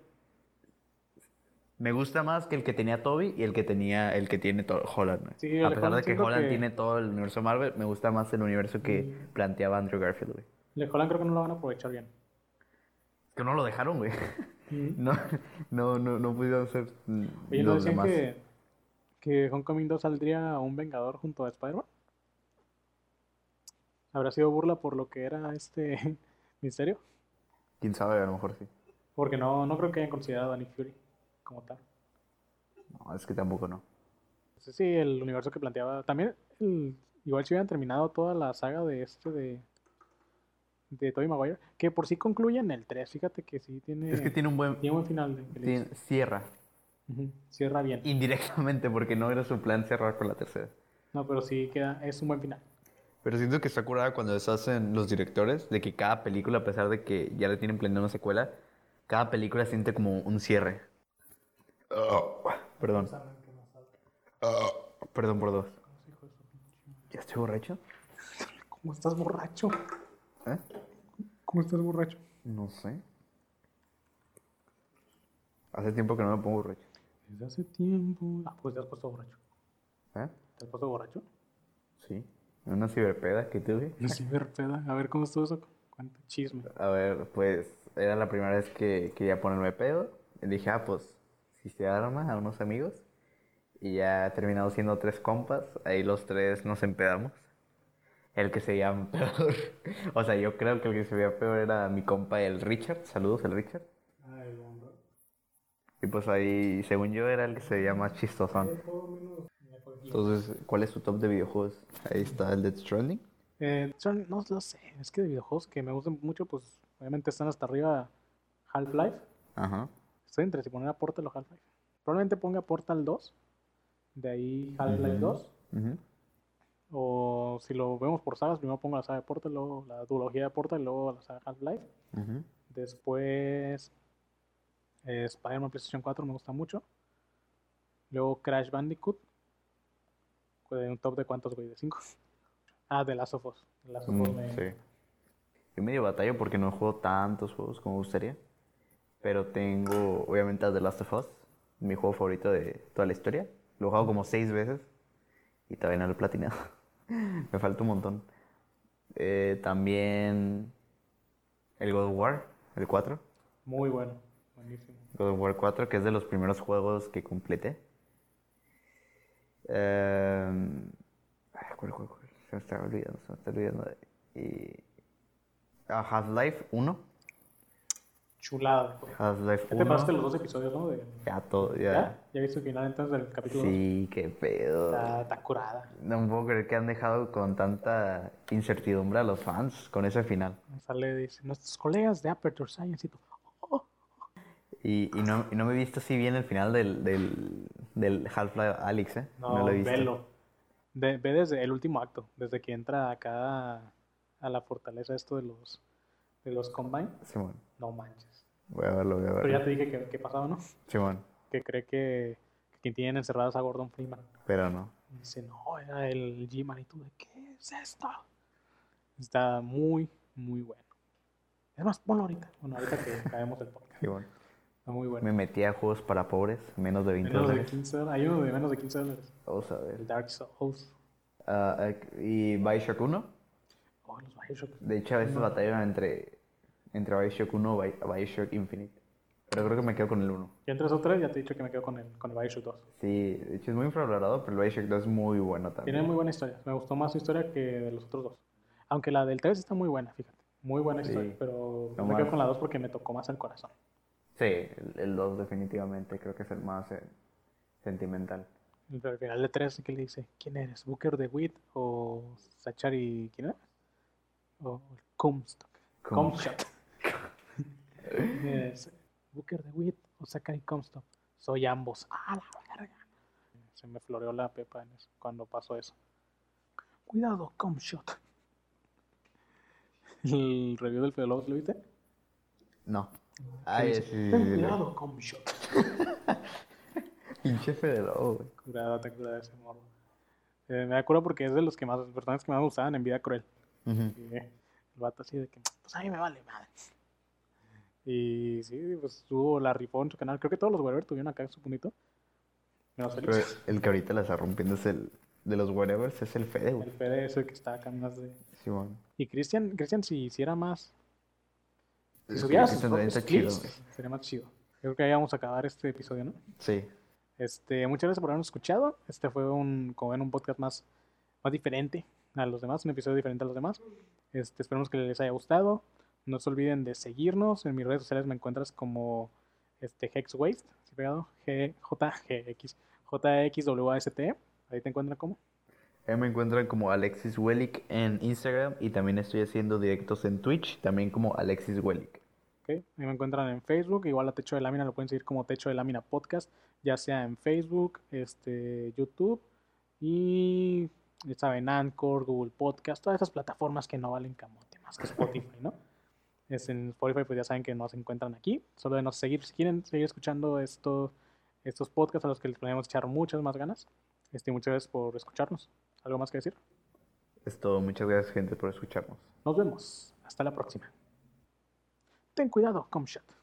[SPEAKER 1] me gusta más que el que tenía Toby y el que tenía el que tiene to- Holland. güey.
[SPEAKER 2] Sí,
[SPEAKER 1] a pesar
[SPEAKER 2] el
[SPEAKER 1] de
[SPEAKER 2] Holland
[SPEAKER 1] que
[SPEAKER 2] siento
[SPEAKER 1] Holland
[SPEAKER 2] que- Mm.
[SPEAKER 1] tiene todo el universo Marvel, me gusta más el universo que planteaba Andrew Garfield, güey.
[SPEAKER 2] Le Holland creo que no lo van a aprovechar bien.
[SPEAKER 1] Es que no lo dejaron, güey.
[SPEAKER 2] Ujú.
[SPEAKER 1] No, no, no, no pudieron ser mm,
[SPEAKER 2] Oye, ¿no
[SPEAKER 1] los
[SPEAKER 2] decían
[SPEAKER 1] demás.
[SPEAKER 2] que, que Homecoming 2 saldría un Vengador junto a Spider-Man? ¿Habrá sido burla por lo que era este misterio?
[SPEAKER 1] Quién sabe, a lo mejor sí.
[SPEAKER 2] Porque no, no creo que hayan considerado a Nick Fury como tal.
[SPEAKER 1] No, es que tampoco no.
[SPEAKER 2] Sí, sí, el universo que planteaba. También, el- igual si hubieran terminado toda la saga de este de. de Tobey Maguire, que por sí concluye en el 3. Fíjate que sí tiene.
[SPEAKER 1] Es que tiene un buen.
[SPEAKER 2] tiene buen final de feliz.
[SPEAKER 1] tiene- cierra.
[SPEAKER 2] Ujú, Cierra bien.
[SPEAKER 1] Indirectamente, porque no era su plan cerrar con la tercera.
[SPEAKER 2] No, pero sí queda. Es un buen final.
[SPEAKER 1] Pero siento que está curada cuando deshacen los directores, de que cada película, a pesar de que ya le tienen planeada una secuela, cada película siente como un cierre. Oh. Perdón. Perdón por dos. ¿Ya estoy borracho?
[SPEAKER 2] ¿Cómo estás borracho?
[SPEAKER 1] ¿Eh?
[SPEAKER 2] ¿Cómo estás borracho?
[SPEAKER 1] No sé. Hace tiempo que no me pongo borracho.
[SPEAKER 2] Desde hace tiempo. Ah, pues te has puesto borracho.
[SPEAKER 1] ¿Eh?
[SPEAKER 2] ¿Te has puesto borracho?
[SPEAKER 1] Sí. Una ciberpeda que tuve.
[SPEAKER 2] Sí, verdad. A ver cómo estuvo eso. Cuánto chisme.
[SPEAKER 1] A ver, pues era la primera vez que quería ponerme pedo. Y dije, ah, pues si se arma a unos amigos. Y ya terminado siendo tres compas. Ahí los tres nos empedamos. El que se llama peor. o sea, yo creo que el que se veía peor era mi compa el Richard. Saludos, el Richard. Y pues ahí, según yo, era el que se veía más chistosón. Entonces, ¿cuál es tu top de videojuegos? Ahí está el Death Stranding.
[SPEAKER 2] Eh, son- no lo sé. Es que de videojuegos que me gustan mucho, pues obviamente están hasta arriba Half-Life.
[SPEAKER 1] Ajá.
[SPEAKER 2] Estoy entre si poner a Portal o Half-Life. Probablemente ponga Portal 2. De ahí Half-Life
[SPEAKER 1] Ujú.
[SPEAKER 2] 2.
[SPEAKER 1] Ujú.
[SPEAKER 2] O si lo vemos por sagas, primero pongo la saga de Portal, luego la duología de Portal, luego la saga Half-Life.
[SPEAKER 1] Ujú.
[SPEAKER 2] Después eh, Spider-Man PlayStation 4 me gusta mucho. Luego Crash Bandicoot. Güey, ¿Un top de cuántos, güey? ¿De 5? Ah, de Last of Us. The Last of Us
[SPEAKER 1] Mm,
[SPEAKER 2] me-
[SPEAKER 1] sí. Yo medio batallo porque no juego tantos juegos como me gustaría. Pero tengo, obviamente, The Last of Us, mi juego favorito de toda la historia. Lo he jugado como seis veces y todavía no lo he platinado. me falta un montón. Eh, también el God of War, el 4.
[SPEAKER 2] Muy bueno. Buenísimo.
[SPEAKER 1] God of War 4, que es de los primeros juegos que completé. Em, ay, ¿Cuál juego? Se me está olvidando, se me está olvidando. Y... ah, Half-Life 1.
[SPEAKER 2] Chulada. güey.
[SPEAKER 1] Half-Life
[SPEAKER 2] Ya te
[SPEAKER 1] 1.
[SPEAKER 2] pasaste los dos episodios, ¿no? De-
[SPEAKER 1] Ya todo, ya.
[SPEAKER 2] ¿Ya? Ah. ¿Ya viste el final entonces del capítulo dos?
[SPEAKER 1] Sí, qué pedo.
[SPEAKER 2] Está, está curada.
[SPEAKER 1] No me puedo creer que han dejado con tanta incertidumbre a los fans con ese final.
[SPEAKER 2] Sale, dice, nuestros colegas de Aperture Science y tú.
[SPEAKER 1] Y, y no, y no me he visto si bien el final del, del, del Half-Life Alyx, ¿eh?
[SPEAKER 2] No,
[SPEAKER 1] lo he visto.
[SPEAKER 2] velo. De- ve desde el último acto, desde que entra acá a, la fortaleza esto de los de los Combine.
[SPEAKER 1] Simón,
[SPEAKER 2] No manches.
[SPEAKER 1] voy a verlo, voy a verlo.
[SPEAKER 2] Pero ya te dije que, que pasaba, ¿no?
[SPEAKER 1] Simón,
[SPEAKER 2] Que cree que, que quien tienen encerradas a Gordon Freeman.
[SPEAKER 1] pero no.
[SPEAKER 2] Y dice, no, era el G-Man y tú de qué es esto. Está muy, muy bueno. Es más, ponlo ahorita. Bueno, ahorita que acabemos el podcast.
[SPEAKER 1] Simón.
[SPEAKER 2] Está muy bueno.
[SPEAKER 1] Me metí a juegos para pobres, menos de 20
[SPEAKER 2] Menos de
[SPEAKER 1] dólares.
[SPEAKER 2] 15 dólares. Hay uno de menos de 15 dólares.
[SPEAKER 1] Vamos a ver.
[SPEAKER 2] El Dark Souls.
[SPEAKER 1] Ah, ac- y Bioshock 1.
[SPEAKER 2] Oh, los Bioshock.
[SPEAKER 1] De hecho, a veces
[SPEAKER 2] No.
[SPEAKER 1] batallaron entre, entre Bioshock 1 o Bi- Bioshock Infinite. Pero creo que me quedo con el 1.
[SPEAKER 2] Yo entre esos tres ya te he dicho que me quedo con el, con el Bioshock 2.
[SPEAKER 1] Sí, de hecho es muy infravalorado, pero el Bioshock 2 es muy bueno
[SPEAKER 2] Tiene
[SPEAKER 1] también.
[SPEAKER 2] muy buena historia. Me gustó más su historia que de los otros dos. Aunque la del 3 está muy buena, fíjate. Muy buena
[SPEAKER 1] Sí.
[SPEAKER 2] historia, pero
[SPEAKER 1] No
[SPEAKER 2] me quedo
[SPEAKER 1] más.
[SPEAKER 2] con la 2 porque me tocó más el corazón.
[SPEAKER 1] Sí, el, el 2 definitivamente creo que es el más eh, sentimental.
[SPEAKER 2] Pero al final del 3 que le dice, ¿quién eres? ¿Booker de Witt o Sachari? ¿Quién era? O Comstock.
[SPEAKER 1] Com-
[SPEAKER 2] Comstock. ¿Quién eres? ¿Booker de Witt o Zachary Comstock? Soy ambos. ¡A la verga! Se me floreó la pepa en eso, cuando pasó eso. Cuidado, Comstock. El review del Fedelox, ¿lo viste?
[SPEAKER 1] No. Ay,
[SPEAKER 2] Que
[SPEAKER 1] sí,
[SPEAKER 2] dice,
[SPEAKER 1] sí,
[SPEAKER 2] Ten
[SPEAKER 1] sí, sí.
[SPEAKER 2] cuidado, Comstock.
[SPEAKER 1] Pinche Fede Lobo, güey.
[SPEAKER 2] Curada, te curada ese morro. Eh, me da cura porque es de los que más, los personajes que más me gustaban en Vida Cruel.
[SPEAKER 1] Ujú.
[SPEAKER 2] Y, eh, el vato así de que, pues a mí me vale madre. Y sí, pues tuvo la rifó en su canal. Creo que todos los Whatever tuvieron acá su puntito. Menos
[SPEAKER 1] Pero
[SPEAKER 2] Félix.
[SPEAKER 1] el que ahorita la está rompiendo es el de los whatevers, es el Fede,
[SPEAKER 2] El
[SPEAKER 1] güey.
[SPEAKER 2] Fede ese que está acá más de...
[SPEAKER 1] Simón.
[SPEAKER 2] Y Cristian, Cristian si hiciera más...
[SPEAKER 1] Es
[SPEAKER 2] Si
[SPEAKER 1] que
[SPEAKER 2] subiera sus
[SPEAKER 1] Cristian también
[SPEAKER 2] propios
[SPEAKER 1] está chido,
[SPEAKER 2] clips,
[SPEAKER 1] güey.
[SPEAKER 2] sería más chido. Creo que ahí vamos a acabar este episodio, ¿no?
[SPEAKER 1] Sí.
[SPEAKER 2] Este, muchas gracias por habernos escuchado. Este fue un, como ven, un podcast más, más diferente, a los demás, un episodio diferente a los demás. Este, esperemos que les haya gustado. No se olviden de seguirnos. En mis redes sociales me encuentras como este, Hexwaste, ¿sí pegado? G J G X J X W A S T. E. Ahí te encuentran como.
[SPEAKER 1] Ahí me encuentran como Alexis Wellick en Instagram y también estoy haciendo directos en Twitch, también como Alexis Wellick.
[SPEAKER 2] ¿ok? Ahí me encuentran en Facebook, igual a Techo de Lámina lo pueden seguir como Techo de Lámina Podcast, ya sea en Facebook, este, YouTube y, ya saben, Anchor, Google Podcast, todas esas plataformas que no valen camote más que Spotify, ¿no? Es en Spotify, pues ya saben que nos encuentran aquí. Solo de nos seguir, si quieren seguir escuchando esto, estos podcasts a los que les podemos echar muchas más ganas. Este, muchas gracias por escucharnos. ¿Algo más que decir?
[SPEAKER 1] Es todo, muchas gracias gente por escucharnos.
[SPEAKER 2] Nos vemos. Hasta la próxima. Ten cuidado, Comshot.